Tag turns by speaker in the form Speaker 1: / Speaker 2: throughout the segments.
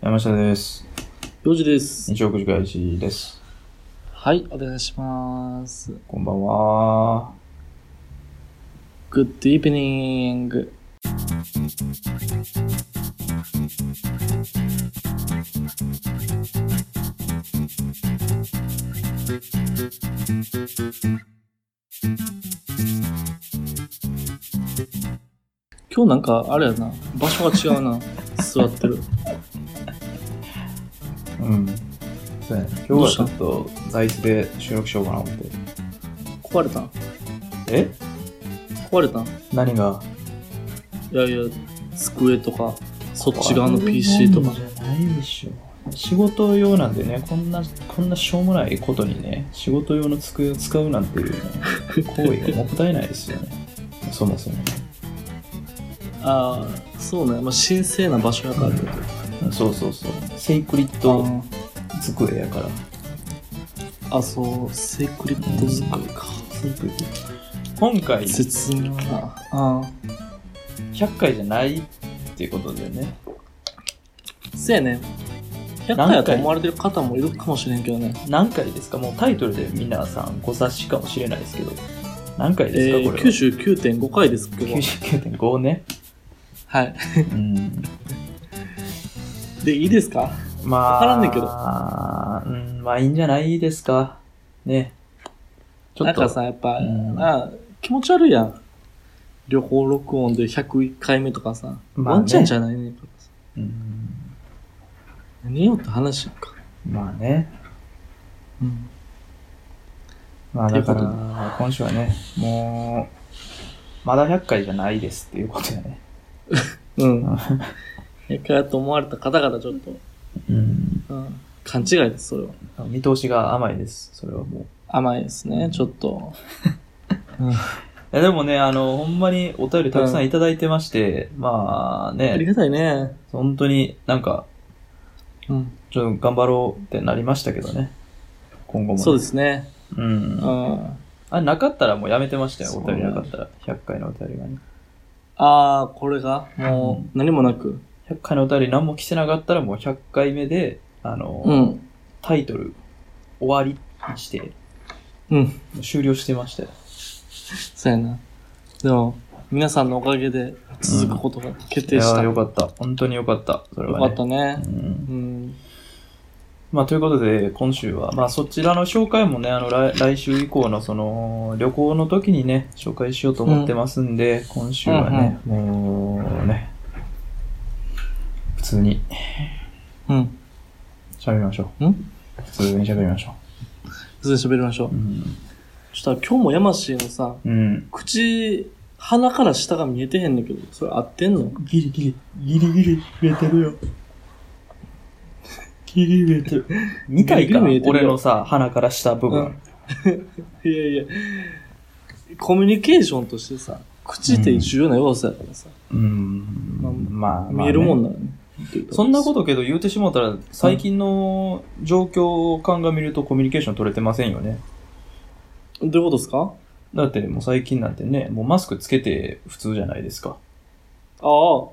Speaker 1: 山下です。
Speaker 2: 4時です。
Speaker 1: 日曜くじ返しです。
Speaker 2: はい、お願いします。
Speaker 1: こんばんは。
Speaker 2: Good evening. 今日なんかあれやな、場所が違う な、座ってる。
Speaker 1: うん。そうやね。今日はちょっと座椅子で収録しようかな思って。
Speaker 2: 壊れたん
Speaker 1: え
Speaker 2: 壊れたんい
Speaker 1: 何が
Speaker 2: やいや、机とか、そっち側の PC とか。
Speaker 1: じゃないでしょ。仕事用なんでね、こんな、こんなしょうもないことにね、仕事用の机を使うなんていう ね、行為がもったいないですよね。そもそも。
Speaker 2: ああ、そうね、まあ、神聖な場所やからってこと。
Speaker 1: うんそうそうそう。セイクリッド机やから。
Speaker 2: あーあ、そう、セクリット作りか。
Speaker 1: セイクリッド今回、
Speaker 2: 絶妙な。ああ。
Speaker 1: 100回じゃないっていうことでね。
Speaker 2: せやね。100回やと思われてる方もいるかもしれんけどね。
Speaker 1: 何回ですかもうタイトルで皆さんご察しかもしれないですけど何回
Speaker 2: え
Speaker 1: ですか、
Speaker 2: ー、
Speaker 1: これは
Speaker 2: 99.5回です、今日は。
Speaker 1: 99.5ね
Speaker 2: はい。
Speaker 1: うん
Speaker 2: で、いいですか
Speaker 1: まあ
Speaker 2: わからんねんけど
Speaker 1: うんまあいいんじゃないですかねちょ
Speaker 2: な
Speaker 1: っ
Speaker 2: んか
Speaker 1: と
Speaker 2: さ、やっぱ、
Speaker 1: うん
Speaker 2: なあ気持ち悪いやん。旅行録音で101回目とかさ。
Speaker 1: まあね
Speaker 2: ワンチャンじゃないね。
Speaker 1: うん
Speaker 2: 何よって話やんか。
Speaker 1: まあね
Speaker 2: うん。
Speaker 1: まあだか
Speaker 2: という
Speaker 1: ら今週はねもうまだ100回じゃないですっていうことやね
Speaker 2: うん。100回やと思われた方々ちょっと、
Speaker 1: うん
Speaker 2: うん、勘違いです、それは。
Speaker 1: 見通しが甘いですそれはもう
Speaker 2: 甘いですね、ちょっ と。
Speaker 1: いやでもね、あの、ほんまにお便りたくさんいただいてまして、まあ
Speaker 2: あり
Speaker 1: ね、
Speaker 2: がたいね。
Speaker 1: 本当になんか、
Speaker 2: うん。
Speaker 1: ちょっと頑張ろうってなりましたけどね。今後も、。
Speaker 2: そうですすね。
Speaker 1: う。
Speaker 2: うん
Speaker 1: あ
Speaker 2: ん。
Speaker 1: なかったらもうやめてましたよ、
Speaker 2: そう
Speaker 1: お便りなかったら。100回のお便りがね。
Speaker 2: ああ、これがもう何もなく。
Speaker 1: 100回のお便り何も来てなかったらもう100回目で、あの、
Speaker 2: うん。
Speaker 1: タイトル、終わりにして、
Speaker 2: うん。
Speaker 1: 終了してましたよ。
Speaker 2: そうやな。でも、皆さんのおかげで続くことが決
Speaker 1: い
Speaker 2: 定
Speaker 1: や
Speaker 2: した。
Speaker 1: ーよ
Speaker 2: よ
Speaker 1: かった。本当によかった。それはね。
Speaker 2: かったね
Speaker 1: う。ん
Speaker 2: うん。
Speaker 1: まあ、ということで、今週は、まあ、そちらの紹介もね、あの、来来週以降の、その、旅行の時にね、紹介しようと思ってますんで、今週はね、もうね、普通に
Speaker 2: うん。
Speaker 1: 喋りましょう。
Speaker 2: うん
Speaker 1: 普通に喋りましょ
Speaker 2: それで喋りましょう
Speaker 1: う。う。ん。
Speaker 2: そしたら今日も山氏のさ、
Speaker 1: うん。
Speaker 2: 口、鼻から下が見えてへんねんけど、それ合ってんの
Speaker 1: ギリギリ、ギリギリ見えてるよ。ギリ見えてる。見たいかな
Speaker 2: ギリ見えてるよ
Speaker 1: 俺のさ、鼻から下部分。
Speaker 2: いやいや。コミュニケーションとしてさ、口って重要な要素やからさ、
Speaker 1: うん。まあ、
Speaker 2: 見えるも
Speaker 1: ね
Speaker 2: んなのね。
Speaker 1: そんなこととけど言うてしもうたら、最近の状況感が見るとコミュニケーション取れてませんよね。
Speaker 2: どういうことですか
Speaker 1: だってもう最近なんてね、もうマスクつけて普通じゃないですか。
Speaker 2: ああ、そ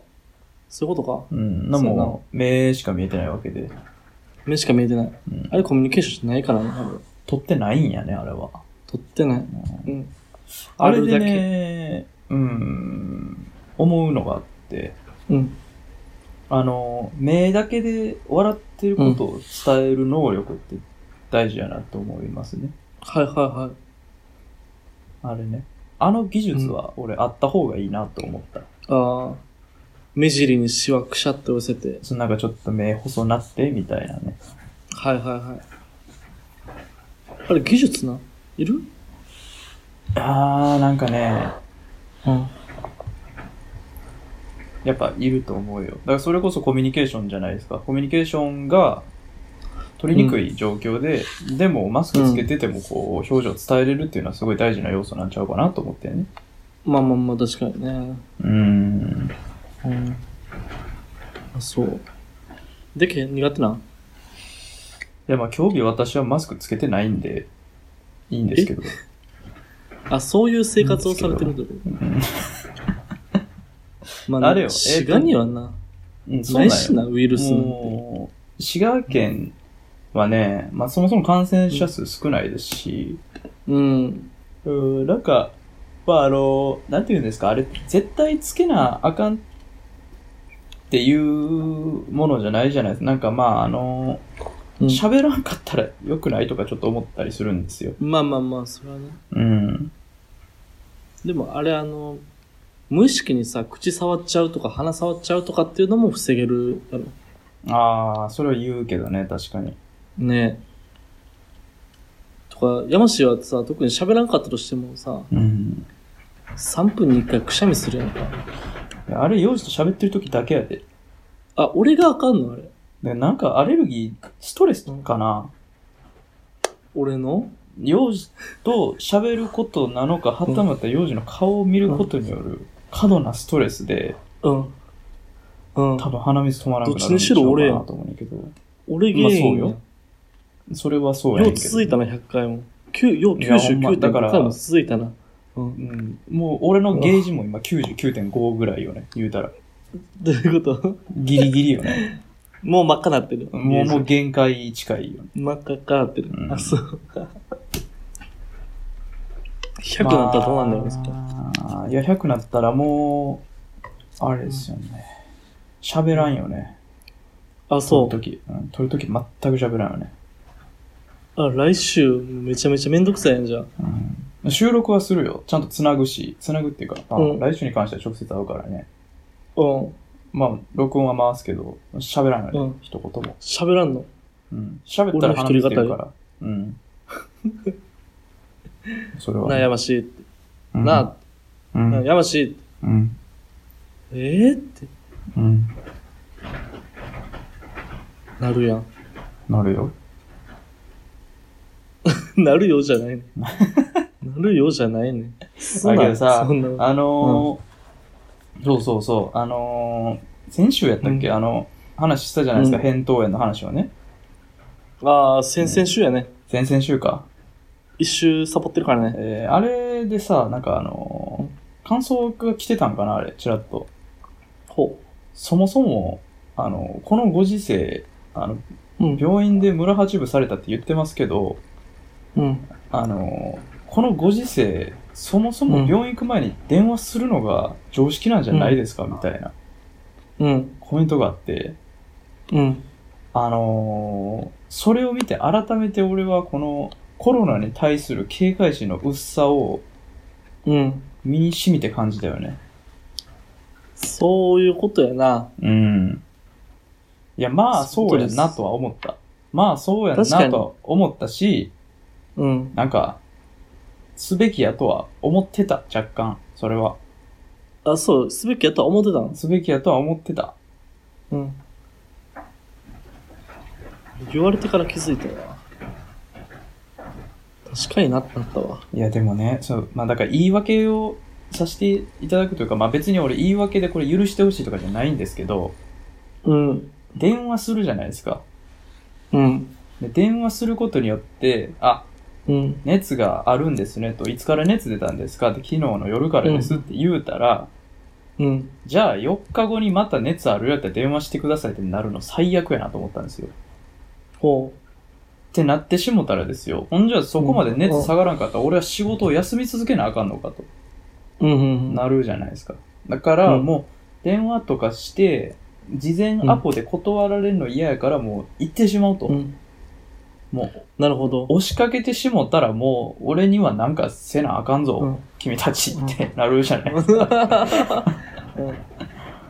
Speaker 2: ういうことか。
Speaker 1: うん。なんもう目しか見えてないわけで。
Speaker 2: 目しか見えてない。
Speaker 1: うん
Speaker 2: あれコミュニケーションしてないからね、多分
Speaker 1: 取ってないんやね、あれは。
Speaker 2: 取ってない。うん。
Speaker 1: あれでね、うん、思うのがあって、
Speaker 2: うん。
Speaker 1: あの、目だけで笑ってることを伝える能力って大事やなと思いますね。
Speaker 2: はいはいはい。
Speaker 1: あれね。あの技術は俺あった方がいいなと思った。
Speaker 2: ああ、目尻にシワくしゃって寄せて。
Speaker 1: そのなんかちょっと目細なってみたいなね。
Speaker 2: はいはいはい。あれ技術ないる
Speaker 1: あー、なんかね、
Speaker 2: うん。
Speaker 1: やっぱいると思うよ。だからそれこそコミュニケーションじゃないですか。コミュニケーションが取りにくい状況で、でもマスクつけててもこう、表情伝えれるっていうのはすごい大事な要素なんちゃうかなと思ってね。
Speaker 2: まあまあまあ確かにね。
Speaker 1: うーん。
Speaker 2: うん。あ、そう。でけへん苦手なん
Speaker 1: いや、まあ、今日日私はマスクつけてないんで、いいんですけど。
Speaker 2: あ、そういう生活をされてるってこと
Speaker 1: うん
Speaker 2: まあ、
Speaker 1: あれよえーと
Speaker 2: しがにはな。
Speaker 1: うん、そうなん
Speaker 2: ない
Speaker 1: よ
Speaker 2: しな、ウイルスなんて。
Speaker 1: もう滋賀県はね、まあ、そもそも感染者数少ないですし、
Speaker 2: うん。
Speaker 1: うん、なんか、まあ、あの、なんていうんですか、あれ、絶対つけなあかんっていうものじゃないじゃないですか。なんかまあ、あの、
Speaker 2: うん
Speaker 1: 喋らんかったら良くないとかちょっと思ったりするんですよ。
Speaker 2: まあまあまあ、それはね。
Speaker 1: うん。
Speaker 2: でもあれあの、無意識にさ、口触っちゃうとか鼻触っちゃうとかっていうのも防げるだろ。
Speaker 1: ああ、それは言うけどね、確かに。
Speaker 2: ねとか、山氏はさ、特に喋らんかったとしてもさ、
Speaker 1: うん。
Speaker 2: 3分に1回くしゃみするやんか。
Speaker 1: あれ、幼児と喋ってる時だけやで。
Speaker 2: あ、俺があかんのあれ。
Speaker 1: でなんかアレルギー、ストレスかな、
Speaker 2: 俺の
Speaker 1: 幼児と喋ることなのか、はたまた幼児の顔を見ることによる過度なストレスで、
Speaker 2: うん。うん。
Speaker 1: 多分鼻水止まらなくなるんでしょうかなと思うねんだけど。
Speaker 2: 俺原
Speaker 1: まあそ
Speaker 2: 因
Speaker 1: う
Speaker 2: やん。
Speaker 1: よ。それはそうや
Speaker 2: よ
Speaker 1: ねん
Speaker 2: う
Speaker 1: けど。
Speaker 2: 続いたな、100回も。きゅうよう
Speaker 1: いやほんまだから
Speaker 2: 99.5回も続いたな。うん。
Speaker 1: うん、もう俺のゲージも今99.5ぐらいよね、言うたら。
Speaker 2: どういうこと
Speaker 1: ギリギリよ ね。
Speaker 2: もう真っ赤なってる。
Speaker 1: もうもう限界近いよね。
Speaker 2: 真っ赤っかなってる。
Speaker 1: うん
Speaker 2: あ、そう。100なったらどうなんだろうね、それ
Speaker 1: まあいや、100なったらもう、あれですよね。喋らんよね。
Speaker 2: あ、そ
Speaker 1: 撮るとき。うん、撮るとき全く喋らんよね。
Speaker 2: う。あ、来週、めちゃめちゃめんどくさいやんじゃん。
Speaker 1: うん収録はするよ。ちゃんとつなぐし、つなぐっていうか、まあ
Speaker 2: うん
Speaker 1: 来週に関しては直接会うからね。
Speaker 2: うん。
Speaker 1: まあ、録音は回すけど、喋らない、ね
Speaker 2: うん
Speaker 1: 一言も。
Speaker 2: 喋らんの。
Speaker 1: うん。喋ったら話してるから。うん。それは。
Speaker 2: なあ、やましいって。
Speaker 1: うん
Speaker 2: なあ、
Speaker 1: うん
Speaker 2: なあやましいって。
Speaker 1: うん。
Speaker 2: ええって
Speaker 1: うん。
Speaker 2: なるやん。
Speaker 1: なるよ。
Speaker 2: なるよじゃないね。なるよじゃないね。そ
Speaker 1: だけどさ、
Speaker 2: そんな
Speaker 1: あのーそうそうそう、あのー先週やったっけ、
Speaker 2: うん
Speaker 1: あの、話したじゃないですか、
Speaker 2: うん
Speaker 1: 扁桃炎の話はね。
Speaker 2: ああ、先々週やね。
Speaker 1: 先々週か。
Speaker 2: 一周サボってるからね。
Speaker 1: えーあれでさ、なんかあのー感想が来てたんかな、あれ、ちらっと。
Speaker 2: ほ
Speaker 1: そもそも、あの、このご時世、あの、
Speaker 2: う。うん。
Speaker 1: 病院で村八分されたって言ってますけど、
Speaker 2: うん。
Speaker 1: あの、このご時世、そもそも病院行く前に電話するのが常識なんじゃないですか、みたいな
Speaker 2: うん。
Speaker 1: コメントがあって、
Speaker 2: うん。
Speaker 1: あのーそれを見て改めて俺はこのコロナに対する警戒心の薄さを
Speaker 2: うん。
Speaker 1: 身に染みて感じたよね。
Speaker 2: そういうことやな。
Speaker 1: うん。いや、まあそうやんなとは思った。まあそうやんなとは思ったし、
Speaker 2: うん。
Speaker 1: なんか、すべきやとは思ってた、若干。それは。
Speaker 2: あ、そう、すべきやとは思ってたんです。
Speaker 1: すべきやとは思ってた。
Speaker 2: うん。言われてから気づいたわ。確かになってなったわ。
Speaker 1: いや、でもね、そう、まあだから言い訳をさせていただくというか、まあ別に俺言い訳でこれ許してほしいとかじゃないんですけど、
Speaker 2: うん。
Speaker 1: 電話するじゃないですか。
Speaker 2: うん。
Speaker 1: で電話することによって、あ、
Speaker 2: うん。
Speaker 1: 熱があるんですねと、いつから熱出たんですかって、昨日の夜からですって言うたら、
Speaker 2: うん。
Speaker 1: じゃあ4日後にまた熱あるやったら電話してくださいってなるの最悪やなと思ったんですよ。
Speaker 2: ほ
Speaker 1: ってなってしもたらですよ。ほんじゃそこまで熱下がらんかったら俺は仕事を休み続けなあかんのかと。
Speaker 2: う。うんうん。
Speaker 1: なるじゃないですか。だから
Speaker 2: うん
Speaker 1: もう電話とかして、事前アポで断られるの嫌やからもう行ってしまうと。
Speaker 2: うん。
Speaker 1: もう
Speaker 2: なるほど。
Speaker 1: 押しかけてしもたらもう俺にはなんかせなあかんぞ、
Speaker 2: うん。
Speaker 1: 君たちってなるじ ゃないですか。
Speaker 2: うん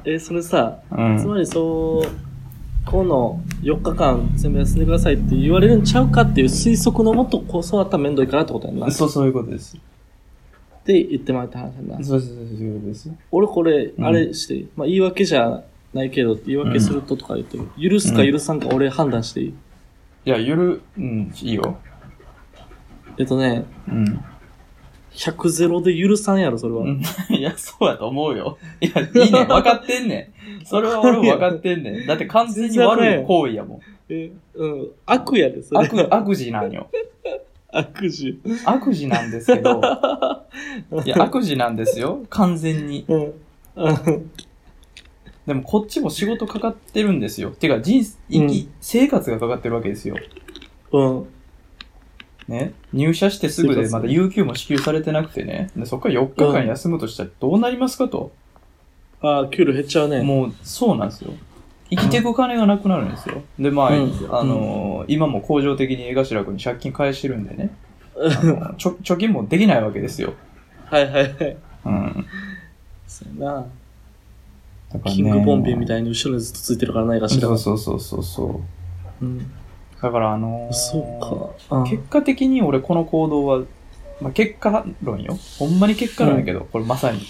Speaker 2: え、それさ、
Speaker 1: うん
Speaker 2: つまりそう、この4日間全部休んでくださいって言われるんちゃうかっていう推測のもとこそあったら面倒いからってことやんな。っ
Speaker 1: そう、そういうことです。
Speaker 2: て言ってもらった話やんな。
Speaker 1: そうそうそう、そういうことです。
Speaker 2: 俺これ、
Speaker 1: ん
Speaker 2: あれしていい、まあ言い訳じゃないけどって言い訳するととか言って、許すか許さんか俺判断していい、
Speaker 1: いや、ゆる、うん、いいよ。
Speaker 2: えっとね、
Speaker 1: うん。
Speaker 2: 100ゼロで許さんやろ、それは。
Speaker 1: うん いや、そうやと思うよ。いや、いいねん。分かってんねん。それは俺も分かってんねん。だって完全に悪い行為やもん。
Speaker 2: え、うん、悪やで、 それ。
Speaker 1: 悪、悪事なんよ。
Speaker 2: 悪事。
Speaker 1: 悪事なんですけど、 いや、悪事なんですよ。完全に。
Speaker 2: うん。うん
Speaker 1: でもこっちも仕事かかってるんですよ。てか人生、生き、生活がかかってるわけですよ。
Speaker 2: うん。
Speaker 1: ね。入社してすぐ
Speaker 2: 生
Speaker 1: で
Speaker 2: 活
Speaker 1: まだ有給も支給されてなくてね。でそこから4日間休むとしたらどうなりますかと。
Speaker 2: ああ、給料減っちゃうね。
Speaker 1: もうそうなんですよ。生きていく金がなくなるんですよ。で、まあ、
Speaker 2: うん
Speaker 1: あのー今も恒常的に江頭君に借金返してるんでね。あ のちょ貯金もできないわけですよ。
Speaker 2: はいはいはい。
Speaker 1: うん。
Speaker 2: そうやな。
Speaker 1: だからね
Speaker 2: キングボンビーみたいに後ろにずっとついてるからないかしら
Speaker 1: そ。うそうそうそうそう。
Speaker 2: うん。
Speaker 1: だからあのー
Speaker 2: そうか。うん
Speaker 1: 結果的に俺この行動は、まあ、結果論よ。ほんまに結果論やけど、これまさに。
Speaker 2: うん。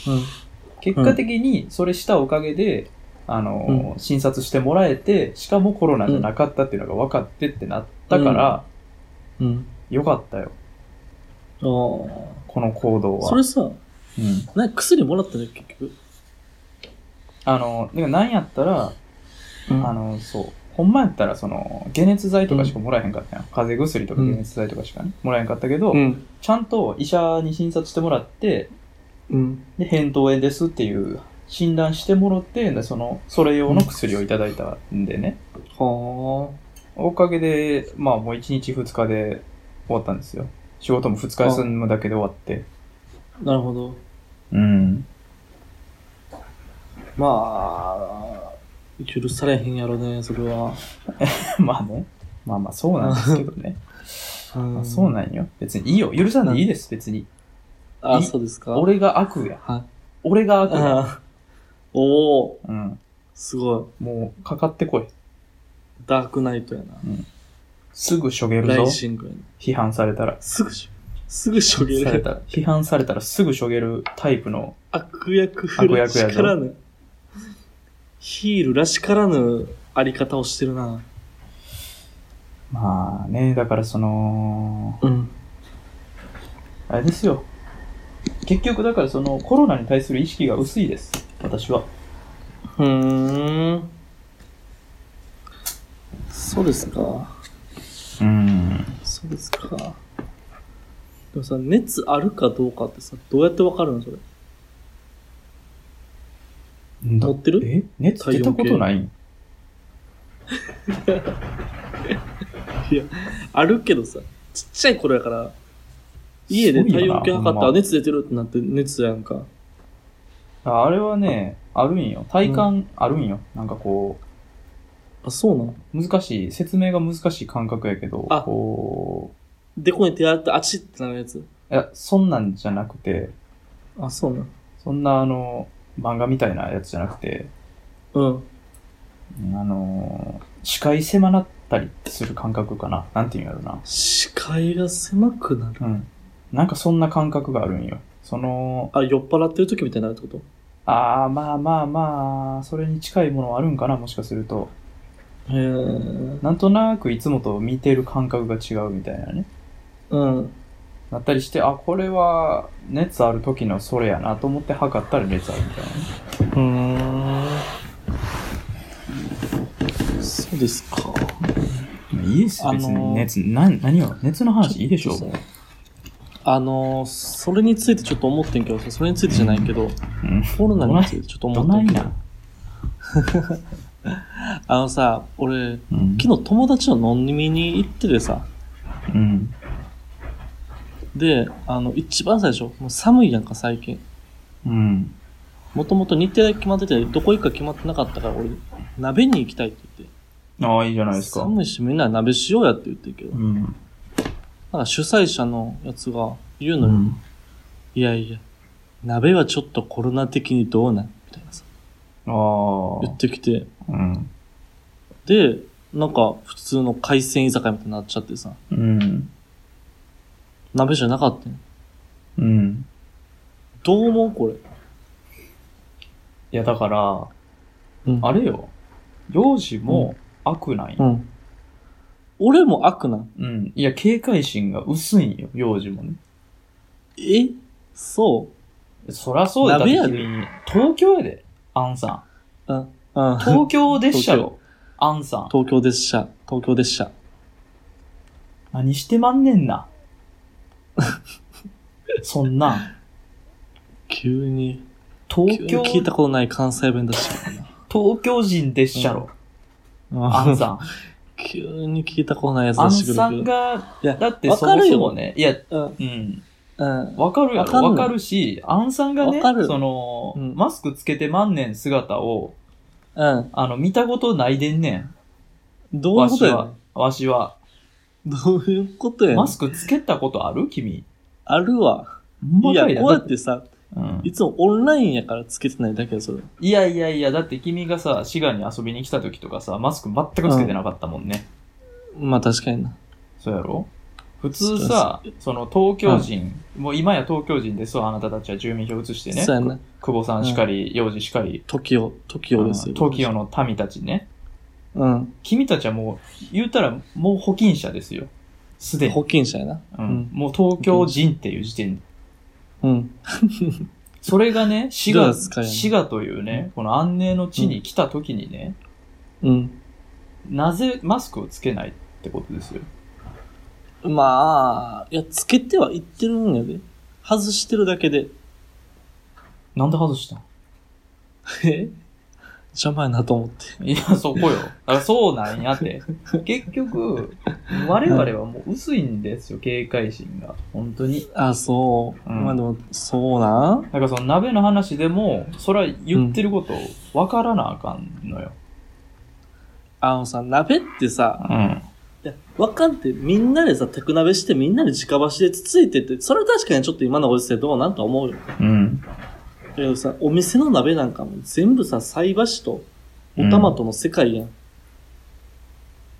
Speaker 1: 結果的にそれしたおかげで、あの、診察してもらえて、しかもコロナじゃなかったっていうのが分かってってなったから、
Speaker 2: うん。
Speaker 1: よかったよ、
Speaker 2: あ
Speaker 1: この行動
Speaker 2: あ。
Speaker 1: は。
Speaker 2: それさ、
Speaker 1: うん。
Speaker 2: なんか薬もらったね、結局。
Speaker 1: あの、でもなんやったら、
Speaker 2: うん
Speaker 1: あの、そう。ほんまやったら、その、解熱剤とかしかもらえへんかったやん。風邪薬とか
Speaker 2: うん
Speaker 1: 解熱剤とかしかね、もらえへんかったけど、
Speaker 2: うん。
Speaker 1: ちゃんと医者に診察してもらって、
Speaker 2: うん。
Speaker 1: で、扁桃炎ですっていう診断してもらって、でその、それ用の薬をいただいたんでね。
Speaker 2: は
Speaker 1: おかげで、まあもう1日2日で終わったんですよ。仕事も2日休むだけで終わって。
Speaker 2: あ。なるほど。
Speaker 1: うん。
Speaker 2: まあ、許されへんやろね、それは。
Speaker 1: まあね。まあまあそうなんですけど ね。まあそうなんよ。別にいいよ。許さんでいいです、別に。
Speaker 2: あ、
Speaker 1: い
Speaker 2: そうですか。
Speaker 1: 俺が悪や。
Speaker 2: はい。
Speaker 1: 俺が悪や。
Speaker 2: あおお
Speaker 1: うん。
Speaker 2: すご
Speaker 1: もう、かかってこい。
Speaker 2: い。ダークナイトやな。
Speaker 1: すぐしょげる
Speaker 2: ラ
Speaker 1: ぞ
Speaker 2: イ。シングやな。
Speaker 1: 批判されたら。
Speaker 2: すぐし、すぐしょげ
Speaker 1: され
Speaker 2: る。
Speaker 1: たら批判されたらすぐしょげるタイプの。
Speaker 2: 悪役ふらしからぬ。ヒールらしからぬあり方をしてるな。
Speaker 1: まあね、だからその、
Speaker 2: うん。
Speaker 1: あれですよ。結局、だからそのコロナに対する意識が薄いです。私は。
Speaker 2: ふーん。そうですか。
Speaker 1: うん。
Speaker 2: そうですか。でもさ、熱あるかどうかってさ、どうやってわかるのそれ。
Speaker 1: 持
Speaker 2: 持ってる
Speaker 1: え熱出たことないん
Speaker 2: あるけどさ、ちっちゃい頃やから、家です
Speaker 1: ごい
Speaker 2: 体
Speaker 1: よ
Speaker 2: 温
Speaker 1: な
Speaker 2: 計測った
Speaker 1: ほ
Speaker 2: ら
Speaker 1: んま
Speaker 2: 熱出てるってなって熱やんか。
Speaker 1: ああれはね、あるんよ。体感あるんよ。なんかこ
Speaker 2: あ、そうなの
Speaker 1: う、難しい、説明が難しい感覚やけど、
Speaker 2: あ
Speaker 1: こ
Speaker 2: でこに手当てあちってなるやつ。
Speaker 1: う、いや、そんなんじゃなくて、
Speaker 2: あ、そうなの
Speaker 1: そんなあの、漫画みたいなやつじゃなくて、
Speaker 2: うん。
Speaker 1: うんあのー、視界狭なったりする感覚かな。なんていうんやろな。
Speaker 2: 視界が狭くなる。
Speaker 1: うん。なんかそんな感覚があるんよ。その、
Speaker 2: あ、酔っ払ってる時みたいになるってこと
Speaker 1: ああ、まあまあまあ、それに近いものはあるんかな、もしかすると。
Speaker 2: へえ。
Speaker 1: なんとなくいつもと見てる感覚が違うみたいなね。
Speaker 2: うん。
Speaker 1: なったりして、あ、これは熱ある時のそれやなと思って測ったら熱あるみたいなね。
Speaker 2: うん。そうですか。
Speaker 1: いいですよ、
Speaker 2: あの
Speaker 1: 別
Speaker 2: ー
Speaker 1: に。熱、な、何よ、熱の話いいでしょ。
Speaker 2: そうあのー、それについてちょっと思ってんけどさ、それについてじゃないけど、
Speaker 1: うん。
Speaker 2: コロナについてちょっと
Speaker 1: ど
Speaker 2: 思っ
Speaker 1: な
Speaker 2: て
Speaker 1: い
Speaker 2: んけど
Speaker 1: な。。
Speaker 2: あのさ、俺、
Speaker 1: うん。
Speaker 2: 昨日友達の飲みに行っててさ、
Speaker 1: うん。
Speaker 2: で、あの、一番最初、もう寒いやんか、最近。
Speaker 1: うん。
Speaker 2: もともと日程が決まってて、どこ行くか決まってなかったから、俺、鍋に行きたいって言って。
Speaker 1: ああ、いいじゃないですか。
Speaker 2: 寒いし、みんな鍋しようやって言ってるけど
Speaker 1: う、ん。
Speaker 2: なんか主催者のやつが言う
Speaker 1: う
Speaker 2: のよ。
Speaker 1: ん。
Speaker 2: いやいや、鍋はちょっとコロナ的にどうなんみたいなさ、
Speaker 1: あ
Speaker 2: 言っ
Speaker 1: あ。
Speaker 2: てきて。
Speaker 1: うん。
Speaker 2: で、なんか普通の海鮮居酒屋みたいになっちゃってさ、
Speaker 1: うん。
Speaker 2: 鍋じゃなかったよ。
Speaker 1: うん。
Speaker 2: どう思うこれ。
Speaker 1: いや、だから、
Speaker 2: うん
Speaker 1: あれよ。幼児も悪なんよ。
Speaker 2: うん。俺も悪なん。
Speaker 1: うん。いや、警戒心が薄いんよ、幼児もね。
Speaker 2: えそ
Speaker 1: そらそうだ
Speaker 2: 鍋やで
Speaker 1: だって君東京やで、アンさん。
Speaker 2: ううん。うん。
Speaker 1: 東京でっしゃろ、アンさん。
Speaker 2: 東京でっしゃ。東京でっしゃ。
Speaker 1: 何してまんねんな。 そんなん、
Speaker 2: 急に。
Speaker 1: 東
Speaker 2: 急に
Speaker 1: 京、
Speaker 2: 聞いたことない関西弁だし。
Speaker 1: 東京人でっしゃろ。アンさん。
Speaker 2: 急に聞いたことないやつ
Speaker 1: アン
Speaker 2: 出してく
Speaker 1: さ
Speaker 2: る
Speaker 1: ん
Speaker 2: けど。
Speaker 1: が、
Speaker 2: いや、
Speaker 1: だって
Speaker 2: わ
Speaker 1: そ
Speaker 2: か
Speaker 1: もそ
Speaker 2: るよ
Speaker 1: もね、いや、
Speaker 2: うん。
Speaker 1: うん。
Speaker 2: うん。
Speaker 1: わかるや
Speaker 2: わかん
Speaker 1: ろ。
Speaker 2: ない
Speaker 1: わかるし、アンさんがね、
Speaker 2: わかる
Speaker 1: その、
Speaker 2: うん
Speaker 1: マスクつけてまんねん姿を、
Speaker 2: うん。
Speaker 1: あの、見たことないでんねん。
Speaker 2: どうい
Speaker 1: わ
Speaker 2: うこ
Speaker 1: し
Speaker 2: とや
Speaker 1: は。わしは。
Speaker 2: ねんどういうことやねん
Speaker 1: マスクつけたことある君。
Speaker 2: あるわ。
Speaker 1: ほんま
Speaker 2: い
Speaker 1: かい
Speaker 2: や、
Speaker 1: な
Speaker 2: こうやってさ、
Speaker 1: うん
Speaker 2: いつもオンラインやからつけてないだけや、それ。
Speaker 1: いやいやいや、だって君がさ、滋賀に遊びに来た時とかさ、マスク全くつけてなかったもんね。
Speaker 2: まあ確かにな。
Speaker 1: そうやろ普通さ、その東京人、もう今や東京人ですわ、あなたたちは住民票移してね。
Speaker 2: そうやな。
Speaker 1: 久保さんしかり、幼児しかり、
Speaker 2: 時を、時をですよ。
Speaker 1: TOKIO の民たちね。
Speaker 2: うん。
Speaker 1: 君たちはもう、言うたらもう保菌者ですよ。すでに。
Speaker 2: 保険者やな。
Speaker 1: う
Speaker 2: うん
Speaker 1: ん、もう東京人っていう時点で。
Speaker 2: うん。
Speaker 1: それがね、滋
Speaker 2: どう
Speaker 1: 賀、
Speaker 2: ですかね
Speaker 1: 滋賀というね、この安寧の地に来た時にね、
Speaker 2: うん。
Speaker 1: なぜマスクをつけないってことですよ。
Speaker 2: まあ、いや、つけてはいってるんやで。外してるだけで。
Speaker 1: なんで外したん
Speaker 2: え邪魔やなと思って。
Speaker 1: いや、そこよ。だからそうなんや って。結局、我々はもう薄いんですよ、警戒心が。本当に。
Speaker 2: あ、そう。
Speaker 1: うん
Speaker 2: まあでも、そうなん
Speaker 1: なんかその鍋の話でも、そら言ってること分からなあかんのよ。
Speaker 2: あのさ、鍋ってさ、
Speaker 1: うん。
Speaker 2: いや、わかんって、みんなでさ、手く鍋して、みんなで直箸でつついてって、それは確かにちょっと今のご時世どうなんと思うよ。
Speaker 1: うん。
Speaker 2: だけどさ、お店の鍋なんかも全部さ、菜箸と、お玉との世界やん。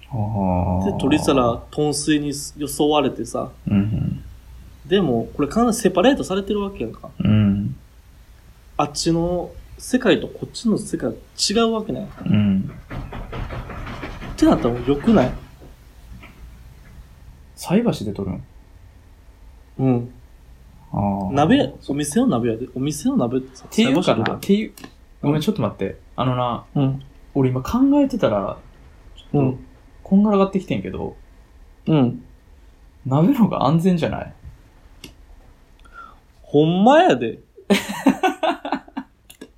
Speaker 2: で、鶏皿、豚水に装われてさ、
Speaker 1: うん。
Speaker 2: でも、これ完全にセパレートされてるわけやんか。
Speaker 1: うん。
Speaker 2: あっちの世界とこっちの世界違うわけない。っ
Speaker 1: うん。
Speaker 2: てなったらもう良くない
Speaker 1: 菜箸で取るん
Speaker 2: うん。
Speaker 1: ああ。
Speaker 2: 鍋、お店の鍋やで。お店の鍋ってさ、
Speaker 1: っていうか
Speaker 2: 菜箸
Speaker 1: な
Speaker 2: と
Speaker 1: っていう。ごめん、ちょっと待って。あのな、
Speaker 2: うん。
Speaker 1: 俺今考えてたら、ち
Speaker 2: う
Speaker 1: ょっと
Speaker 2: ん。
Speaker 1: こんがらがってきてんけど、
Speaker 2: うん。
Speaker 1: 鍋の方が安全じゃない
Speaker 2: ほんま やで。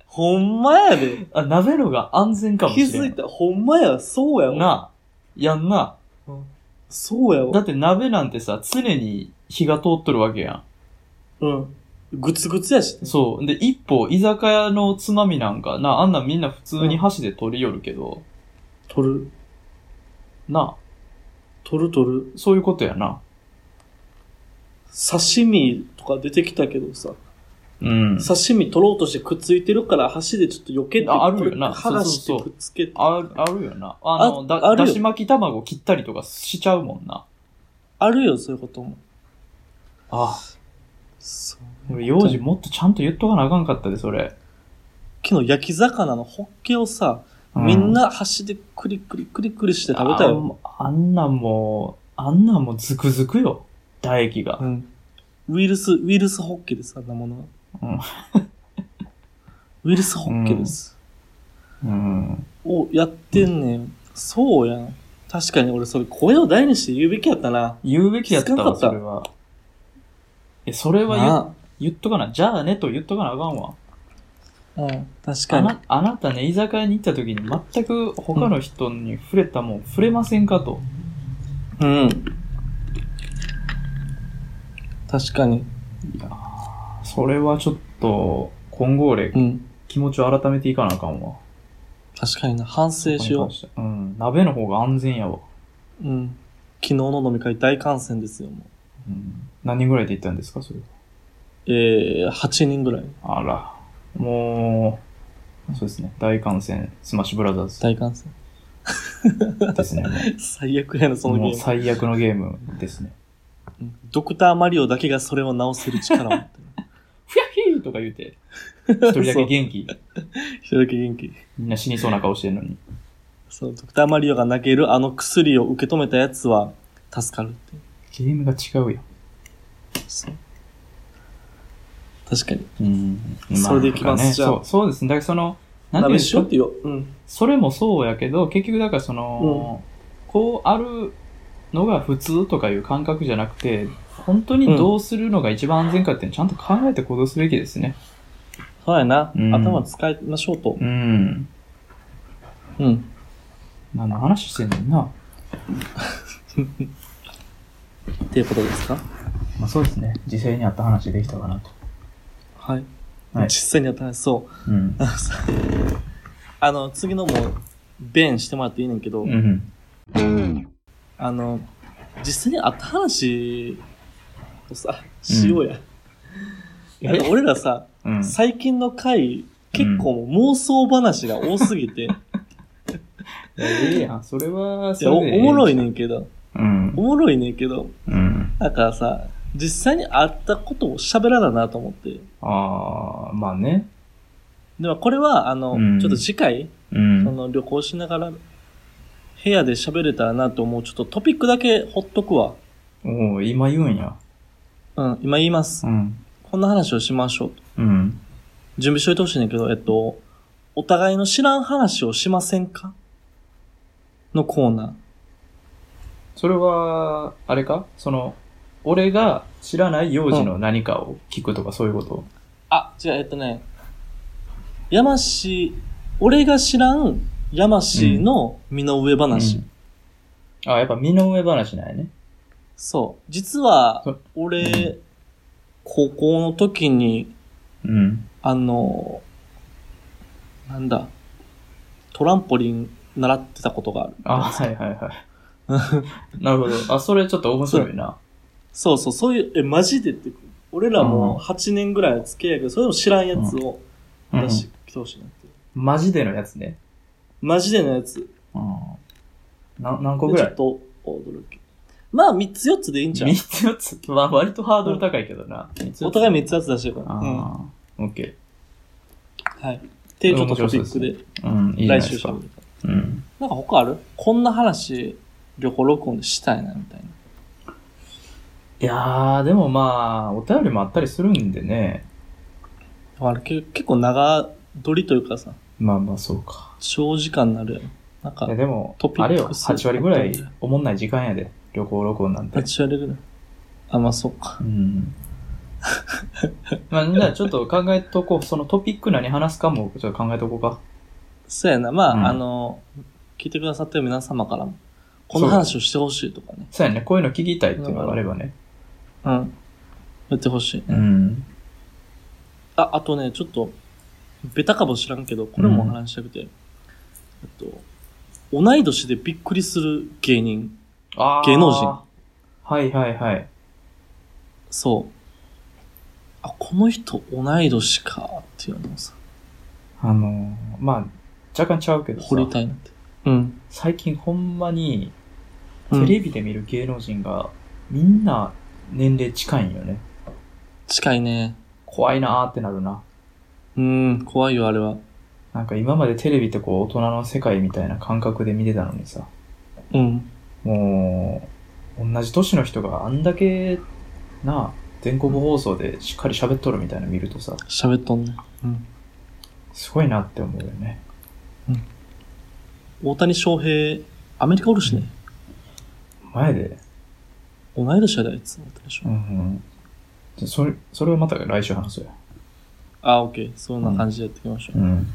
Speaker 2: ほんまやで。
Speaker 1: あ、鍋のが安全かもし
Speaker 2: 気
Speaker 1: れん。
Speaker 2: づいた。ほんまや。そうやわ。
Speaker 1: なあ。やんな。
Speaker 2: そうや
Speaker 1: だ
Speaker 2: わ。
Speaker 1: って鍋なんてさ、常に火が通っとるわけや
Speaker 2: うん。ぐつぐつやし
Speaker 1: ん。。そう。で、一歩、居酒屋のつまみなんか、なあ、あんなんみんな普通に箸で取り寄るけど、
Speaker 2: 取る。
Speaker 1: なあ、
Speaker 2: 取る取る。
Speaker 1: そういうことやな。
Speaker 2: 刺身とか出てきたけどさ。
Speaker 1: うん。
Speaker 2: 刺身取ろうとしてくっついてるから、箸でちょっと避けて、
Speaker 1: ああるよな
Speaker 2: 剥がして
Speaker 1: そうそう
Speaker 2: く
Speaker 1: そ
Speaker 2: っつけて。
Speaker 1: ある、あるよな。あの、
Speaker 2: あ
Speaker 1: だ
Speaker 2: ある
Speaker 1: だ
Speaker 2: よ
Speaker 1: し巻き卵切ったりとかしちゃうもんな。
Speaker 2: あるよ、そういうことも。
Speaker 1: あ
Speaker 2: そう。
Speaker 1: 俺、幼児もっとちゃんと言っとかなあかんかったで、それ。
Speaker 2: 昨日焼き魚のホッケをさ、
Speaker 1: う
Speaker 2: みんな箸でクリクリクリクリして食べたよ。
Speaker 1: ああんなんもう、あんなんもうズクズクよ。唾液が。
Speaker 2: うん。ウイルス、ウイルスホッケです、あんなものは。
Speaker 1: うん。
Speaker 2: ウイルスホッケです。
Speaker 1: うん。
Speaker 2: をやってんねん。そうやん。確かに俺それ声を大にして言うべきやったな。
Speaker 1: 言うべきやった
Speaker 2: 少なか
Speaker 1: わ、
Speaker 2: った
Speaker 1: それは。え、それは言
Speaker 2: な
Speaker 1: 言っとかな。じゃあねと言っとかなあかんわ。
Speaker 2: あうん。確か
Speaker 1: あ
Speaker 2: に。
Speaker 1: なあなたね、居酒屋に行った時に全く他の人に触れたもん、触れませんかと。
Speaker 2: うん。確かに。
Speaker 1: それはちょっと、今後俺
Speaker 2: う、ん。
Speaker 1: 気持ちを改めていかなあかんわ。
Speaker 2: 確かにな。反省しよ
Speaker 1: う。ん、鍋の方が安全やわ。
Speaker 2: う。うん。昨日の飲み会大感染ですよ、もう。
Speaker 1: うん、何人ぐらいで行ったんですか、それは。
Speaker 2: えー、8人ぐらい。
Speaker 1: あら。もう、そうですね。大感染、スマッシュブラザーズ
Speaker 2: 大感染。
Speaker 1: ですね。
Speaker 2: 最悪やな、そのゲ
Speaker 1: もう
Speaker 2: ー
Speaker 1: 最悪のゲームですね。
Speaker 2: ム。ドクターマリオだけがそれを直せる力を持って
Speaker 1: ふやっひーとか言うて、一人だけ元 気。
Speaker 2: る。 一人だけ元気。
Speaker 1: みんな死にそうな顔してるのに。
Speaker 2: そう、ドクターマリオが投げるあの薬を受け止めたやつは助かるっていう。
Speaker 1: ゲームが違うよ。
Speaker 2: そう。確かに。
Speaker 1: うん。
Speaker 2: それでいきま
Speaker 1: なんか
Speaker 2: す
Speaker 1: ね
Speaker 2: じゃあ
Speaker 1: そう、そうですね。だからその、なんていうん
Speaker 2: 鍋
Speaker 1: で
Speaker 2: し
Speaker 1: す
Speaker 2: よう
Speaker 1: か
Speaker 2: って言おう。うん。
Speaker 1: それもそうやけど、結局だからその、こうあるのが普通とかいう感覚じゃなくて、本当にどうするのが一番安全かっていうのをちゃんと考えて行動すべきですね。
Speaker 2: そうやな。
Speaker 1: うん
Speaker 2: 頭使いましょうと。
Speaker 1: うん。
Speaker 2: うん。
Speaker 1: 何の話してんねんな。
Speaker 2: っていうことですか
Speaker 1: まあそうですね。時勢にあった話できたかなと。
Speaker 2: はい。
Speaker 1: はい
Speaker 2: 実際にやった話、そう。
Speaker 1: うん。
Speaker 2: あのさあの、次のも、弁してもらっていいねんけど、
Speaker 1: うん。
Speaker 2: あの、実際にあった話をさ、しようや。なんか俺らさ、
Speaker 1: うん。
Speaker 2: 最近の回、結構もう妄想話が多すぎて、
Speaker 1: ええやん。それは、
Speaker 2: い
Speaker 1: そ
Speaker 2: やお
Speaker 1: れでええ
Speaker 2: おもろいねんけど、
Speaker 1: うん
Speaker 2: お。もろいねんけど、
Speaker 1: うん。
Speaker 2: だからさ、実際にあったことを喋らななと思って。
Speaker 1: ああ、まあね。
Speaker 2: でもこれは、あの、
Speaker 1: うん
Speaker 2: ちょっと次回、
Speaker 1: う
Speaker 2: そ
Speaker 1: ん。
Speaker 2: の旅行しながら、部屋で喋れたらなと思う。ちょっとトピックだけほっとくわ。
Speaker 1: おお今言うんや。
Speaker 2: うん、今言います。
Speaker 1: うん。
Speaker 2: こんな話をしましょう。
Speaker 1: うん。
Speaker 2: 準備しといてほしいねんだけど、えっと、お互いの知らん話をしませんかのコーナ
Speaker 1: それは、あれかその、俺が知らない幼児の何かを聞くとかそういうこと。
Speaker 2: ー。あ、違う、えっとね、山氏、俺が知らん山氏の身の上話。
Speaker 1: うんあやっぱ身の上話なんやね。
Speaker 2: そう。実は
Speaker 1: そう、
Speaker 2: 俺、高校の時に、
Speaker 1: うん。
Speaker 2: あの、なんだ、トランポリン習ってたことがある。
Speaker 1: あはいはいはい。なるほど。あ、それちょっと面白いな。
Speaker 2: そうそう、そういう、え、マジでって、俺ら
Speaker 1: うん
Speaker 2: も8年ぐらい付き合いやけど、それでも知らんやつを
Speaker 1: うん
Speaker 2: 出してきてほしいなって。
Speaker 1: マジでのやつね。
Speaker 2: マジでのやつ。で
Speaker 1: うん。な何
Speaker 2: ち
Speaker 1: 個
Speaker 2: ょ
Speaker 1: ぐら
Speaker 2: っ
Speaker 1: い
Speaker 2: と驚き。まあ、3つ4つでいいんじゃん
Speaker 1: ?3。つ4つ。まあ割とハードル高いけどな。三つ四つ
Speaker 2: お互い3つずつ出してるから。うん
Speaker 1: ああ、オッケ
Speaker 2: はい。っていうちょっとトピック
Speaker 1: 面
Speaker 2: で、
Speaker 1: ー。うん、いいじゃ
Speaker 2: 来
Speaker 1: ないで
Speaker 2: 週
Speaker 1: すか
Speaker 2: 喋。る。
Speaker 1: うん。
Speaker 2: なんか他あるこんな話、旅行録音でしたいな、みたいな。
Speaker 1: いやー、でもまあ、お便りもあったりするんでね。
Speaker 2: あれけ結構長取りというかさ、
Speaker 1: まあまあ、そうか。
Speaker 2: 長時間になるやろ。なんか
Speaker 1: いや、、でも
Speaker 2: ト、ピ
Speaker 1: あれ
Speaker 2: ッ
Speaker 1: よ、
Speaker 2: クス
Speaker 1: 8割ぐらい、おもんない時間やで。旅行録音なんて。
Speaker 2: 立ち上げるぐらい。あ、まあそうか
Speaker 1: う。ん。まあ、じゃあちょっと考えとこう。そのトピック何話すかも、ちょっと考えとこうか。
Speaker 2: そうやな。まあ、
Speaker 1: うん
Speaker 2: あの、聞いてくださってる皆様からも、この話をしてほしいとかね。
Speaker 1: そうやね、こういうの聞きたいっていうのがあればね。
Speaker 2: うん。言ってほしい、
Speaker 1: うん。
Speaker 2: あ、あとね、ちょっと、ベタかもしらんけど、これもお話ししたくて、えっと、同い年でびっくりする芸人。
Speaker 1: あー
Speaker 2: 芸能人。
Speaker 1: はいはいはい。
Speaker 2: そう。あ、この人同い年か、っていうのをさ、
Speaker 1: あのー、まあ、若干ちゃうけど
Speaker 2: 掘り
Speaker 1: さ、
Speaker 2: たいなって。うん。
Speaker 1: 最近ほんまに、
Speaker 2: うん
Speaker 1: テレビで見る芸能人が、みんな年齢近いんよね。
Speaker 2: 近いね。
Speaker 1: 怖いなーってなるな。
Speaker 2: うん、怖いよ、あれは。
Speaker 1: なんか今までテレビってこう大人の世界みたいな感覚で見てたのにさ、
Speaker 2: うん。
Speaker 1: もう、同じ年の人があんだけ、なあ、全国放送でしっかり喋っとるみたいなの見るとさ、
Speaker 2: 喋っとんね。うん。
Speaker 1: すごいなって思うよね。
Speaker 2: 大谷翔平、アメリカおるしね。
Speaker 1: 前で、
Speaker 2: 同い年やで、あいつ。大谷翔
Speaker 1: う
Speaker 2: 平。
Speaker 1: んうん。じゃそれ、それをまた来週話そうや。
Speaker 2: あ、オッケー。そんな感じでやっていきましょう。
Speaker 1: ん。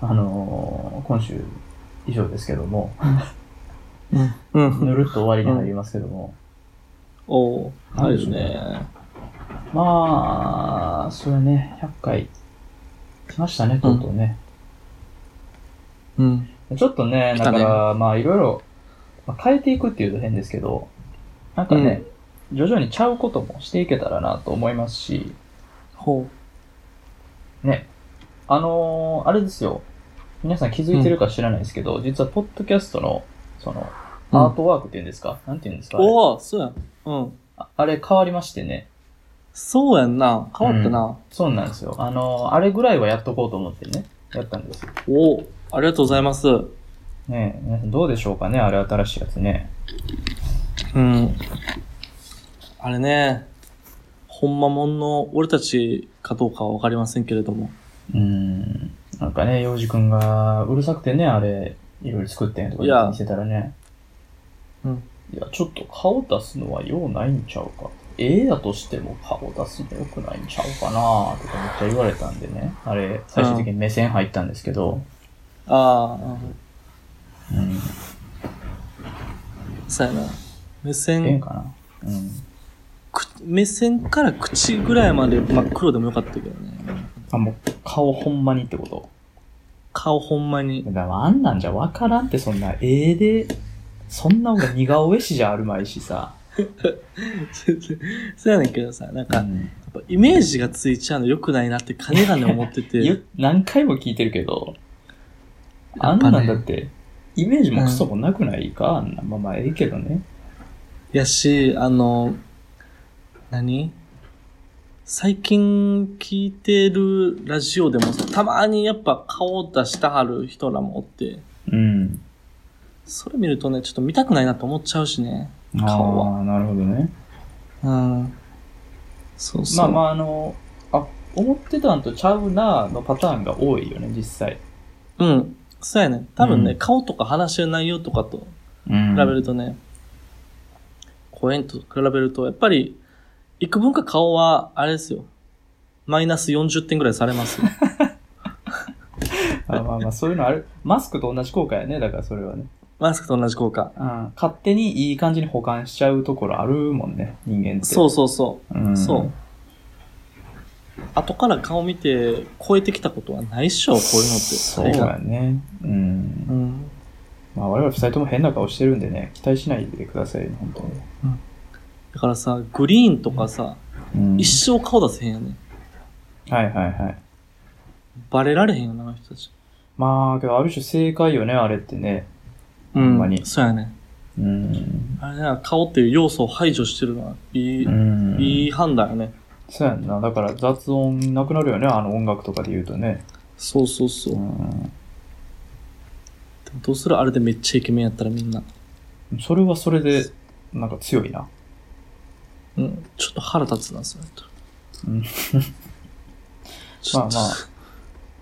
Speaker 1: あのー今週以上ですけども、
Speaker 2: うん
Speaker 1: ぬるっと終わりになりますけども、
Speaker 2: おー、
Speaker 1: あ
Speaker 2: あ
Speaker 1: れで
Speaker 2: れですす
Speaker 1: ね
Speaker 2: ね。
Speaker 1: まあ、それね、100回来ましたね、とうとうね。
Speaker 2: うん。
Speaker 1: ちょっとね、
Speaker 2: 来
Speaker 1: だ
Speaker 2: た
Speaker 1: か
Speaker 2: ね
Speaker 1: ら、まあいろいろまあ変えていくっていうと変ですけど、なんかね、徐々にちゃうこともしていけたらなと思いますし、
Speaker 2: ほ
Speaker 1: ね、あのーあれですよ。皆さん気づいてるか知らないですけど、実はポッドキャストの、その、
Speaker 2: うん
Speaker 1: アートワークっていうんですか、なんていうんです
Speaker 2: う。
Speaker 1: かあれ
Speaker 2: おー、そうやん。うん。
Speaker 1: ああれ変わりましてね。
Speaker 2: そうやんな。変わったな。
Speaker 1: そうなんですよ。あのーあれぐらいはやっとこうと思ってね、やったんですよ。
Speaker 2: おー、ありがとうございます。う
Speaker 1: ねえ皆さんどうでしょうかね、あれ新しいやつね。
Speaker 2: ん。あれね、ほんまもんの俺たちかどうかはわかりませんけれども。
Speaker 1: うーん。なんかね、洋二くんがうるさくてね、あれ、いろいろ作ってんとか言って見せたらね。
Speaker 2: うん。
Speaker 1: いや、ちょっと顔出すのは用ないんちゃうか。 A だとしても顔出すの良くないんちゃうかなとかめっちゃ言われたんでね。あれ、最終的に目線入ったんですけど、
Speaker 2: ああ、
Speaker 1: うん、
Speaker 2: そうやな。
Speaker 1: ええ
Speaker 2: 目
Speaker 1: ん
Speaker 2: 線、
Speaker 1: かな。うん。
Speaker 2: く目線から口ぐらいまで真っ黒でもよかったけどね。
Speaker 1: あ、もう顔ほんまにってこと
Speaker 2: 顔ほんまに。
Speaker 1: だからあんなんじゃわからんって、そんな、ええで、そんな俺似顔絵師じゃあるまいしさ。
Speaker 2: そうやねんけどさ、なんか、
Speaker 1: う
Speaker 2: やっ
Speaker 1: ん、
Speaker 2: ぱイメージがついちゃうの良くないなって金がね思ってて
Speaker 1: ゆ。何回も聞いてるけど、あん
Speaker 2: やっぱ
Speaker 1: なん
Speaker 2: ね
Speaker 1: だって、イメージもクソもなくないか、あんな。まあまあ、ええけどね。
Speaker 2: やし、あの、何最近聞いてるラジオでもさ、たまにやっぱ顔出したはる人らもおって、
Speaker 1: うん。
Speaker 2: それ見るとね、ちょっと見たくないなと思っちゃうしね。顔は
Speaker 1: ああ、なるほどね。
Speaker 2: うん。そうそ
Speaker 1: ま
Speaker 2: う。
Speaker 1: あまあ、あの、あ、思ってたんとちゃうなのパターンが多いよね、実際。
Speaker 2: うん。そうやね。多分ね、
Speaker 1: うん
Speaker 2: 顔とか話してる内容とかと
Speaker 1: うん
Speaker 2: 比べるとね、声と比べると、やっぱり、幾分か顔は、あれですよ。マイナス40点ぐらいされますよ。
Speaker 1: あまあまあ、そういうのある。マスクと同じ効果やね、だからそれはね。
Speaker 2: マスクと同じ効果。
Speaker 1: うん。勝手にいい感じに保管しちゃうところあるもんね、人間って。
Speaker 2: そうそうそ
Speaker 1: うん。
Speaker 2: う。そう。後から顔見て、超えてきたことはないっしょ、こういうのって。
Speaker 1: そうやね。うん
Speaker 2: う。ん。
Speaker 1: まあ、我々二人とも変な顔してるんでね、期待しないでくださいね、本当
Speaker 2: だからさ、グリーンとかさ、
Speaker 1: に。うん。
Speaker 2: 一生顔出せへんよね。
Speaker 1: はいはいはい。
Speaker 2: バレられへんよな、あの人たち。
Speaker 1: まあ、けど、ある種正解よね、あれってね。ほんまに
Speaker 2: そうやね。
Speaker 1: うん。
Speaker 2: あれな、顔っていう要素を排除してるのはいい、
Speaker 1: うん。
Speaker 2: いい判断よね。
Speaker 1: そうやんな。だから雑音なくなるよね、あの音楽とかで言うとね。
Speaker 2: そうそうそう。
Speaker 1: う
Speaker 2: でも
Speaker 1: ん。
Speaker 2: どうするあれでめっちゃイケメンやったらみんな。
Speaker 1: それはそれで、なんか強いな。
Speaker 2: うん。ちょっと腹立つな、それと。
Speaker 1: うん。
Speaker 2: ちょっ と
Speaker 1: まあ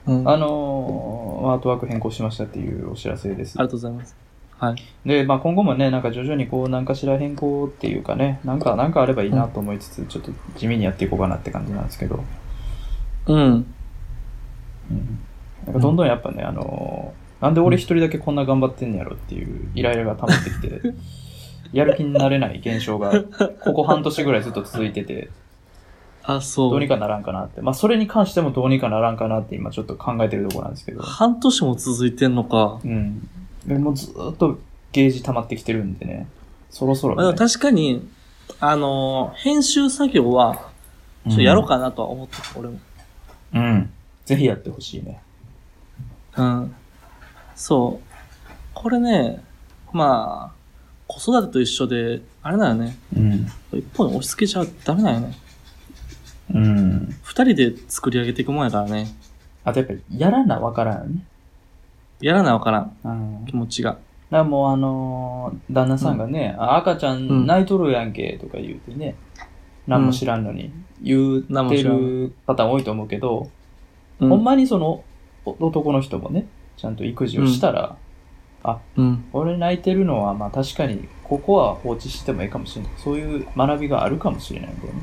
Speaker 2: うん。
Speaker 1: あ
Speaker 2: あ
Speaker 1: のー、アートワーク変更しましたっていうお知らせです
Speaker 2: り。がとうございます。はい。
Speaker 1: で、まあ、今後もね、なんか徐々にこう、何かしら変更っていうかね、なんか、なんかあればいいなと思いつつ、ちょっと地味にやっていこうかなって感じなんですけど、
Speaker 2: うん。
Speaker 1: うん、なんかどんどんやっぱね、あのーなんで俺一人だけこんな頑張ってんねやろっていうイライラが溜まってき て、やる気になれない現象が、ここ半年ぐらいずっと続いてて、
Speaker 2: あ、そう。
Speaker 1: どうにかならんかなって、まあ、それに関してもどうにかならんかなって今ちょっと考えてるところなんですけど、
Speaker 2: 半年も続いてんのか。
Speaker 1: うん。でもうずーっとゲージ溜まってきてるんでね、そろそろ、
Speaker 2: まあ、でも
Speaker 1: ね。
Speaker 2: 確かに、あのー編集作業は、ちょっとやろうかなとは思ってる、俺も。
Speaker 1: うん。ぜひやってほしいね。
Speaker 2: うん。そう。これね、まあ、子育てと一緒で、あれだよね。
Speaker 1: うん。
Speaker 2: 一方に押し付けちゃダメだよね。
Speaker 1: うん。
Speaker 2: 二人で作り上げていくもんやからね。
Speaker 1: あとやっぱり、やらなわからんよね。
Speaker 2: やらなわからん、
Speaker 1: うん。だ
Speaker 2: 気
Speaker 1: か
Speaker 2: 持ちが。
Speaker 1: らもうあのー旦那さんがね、あ赤ちゃん泣いとるやんけとか言うてね、何も知らんのに、言う
Speaker 2: 何も
Speaker 1: て
Speaker 2: 知ら
Speaker 1: るパターン多いと思うけど、
Speaker 2: うん。
Speaker 1: ほんまにそのお男の人もね、ちゃんと育児をしたら、
Speaker 2: うん。
Speaker 1: 俺泣いてるのはまあ確かに、ここは放置してもいいかもしれない。そういう学びがあるかもしれないんだよね。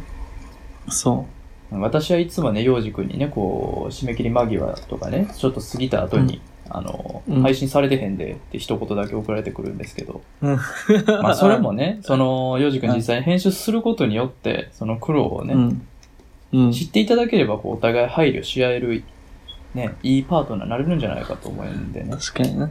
Speaker 2: そ
Speaker 1: 私はいつもね、幼児くんにね、こう、締め切り間際とかね、ちょっと過ぎた後に、あの、
Speaker 2: うん
Speaker 1: 配信されてへんでって一言だけ送られてくるんですけど、
Speaker 2: う。うん。
Speaker 1: まあそれもね、その、幼児くん実際に編集することによって、その苦労を
Speaker 2: う
Speaker 1: ね、
Speaker 2: ん。うん。
Speaker 1: 知っていただければ、こう、お互い配慮し合える、ね、いいパートナーになれるんじゃないかと思うんでね。
Speaker 2: 確かにね。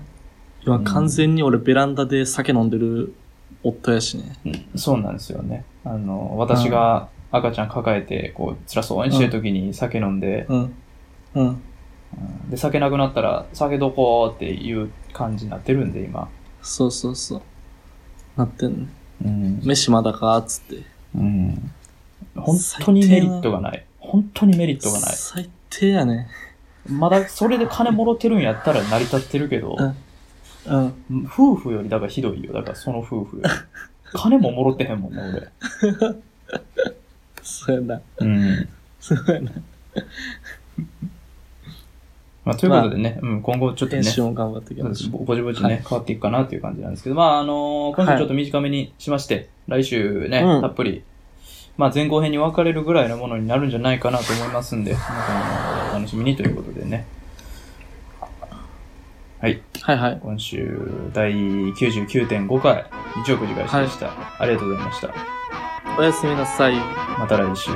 Speaker 2: 今、
Speaker 1: うん
Speaker 2: 完全に俺ベランダで酒飲んでる夫やしね。
Speaker 1: うんそうなんですよね。あの、私が赤ちゃん抱えて、こう、辛そうにしてる時に酒飲んで、
Speaker 2: うん。うん。
Speaker 1: で、酒なくなったら、酒どこーっていう感じになってるんで、今。
Speaker 2: そうそうそう。なってんね。
Speaker 1: うん
Speaker 2: 飯まだかっつって。
Speaker 1: うん本当にメリットがない。本当にメリットがない。
Speaker 2: 最低やね。
Speaker 1: まだそれで金もろてるんやったら成り立ってるけど、
Speaker 2: うん。
Speaker 1: 夫婦よりだからひどいよ。だからその夫婦より。 金ももろてへんもんね、俺。
Speaker 2: そうやな。
Speaker 1: うん。
Speaker 2: そうやな。
Speaker 1: まあ、ということでね、うん、今後ちょっとね
Speaker 2: 練、習も頑張っていき
Speaker 1: そう
Speaker 2: ま
Speaker 1: で
Speaker 2: し
Speaker 1: す
Speaker 2: ょう。
Speaker 1: ぼぼちぼちね、変わっていくかなっていう感じなんですけど、まあ、あのー今週ちょっと短めにしまして、来週ね、
Speaker 2: うん
Speaker 1: たっぷり、まあ、前後編に分かれるぐらいのものになるんじゃないかなと思いますんで、皆さんもお楽しみにということでね。はい。
Speaker 2: はいはい。
Speaker 1: 今週、第99.5回、日曜くじ返しでした、ありがとうございました。
Speaker 2: おやすみなさい。
Speaker 1: また来週。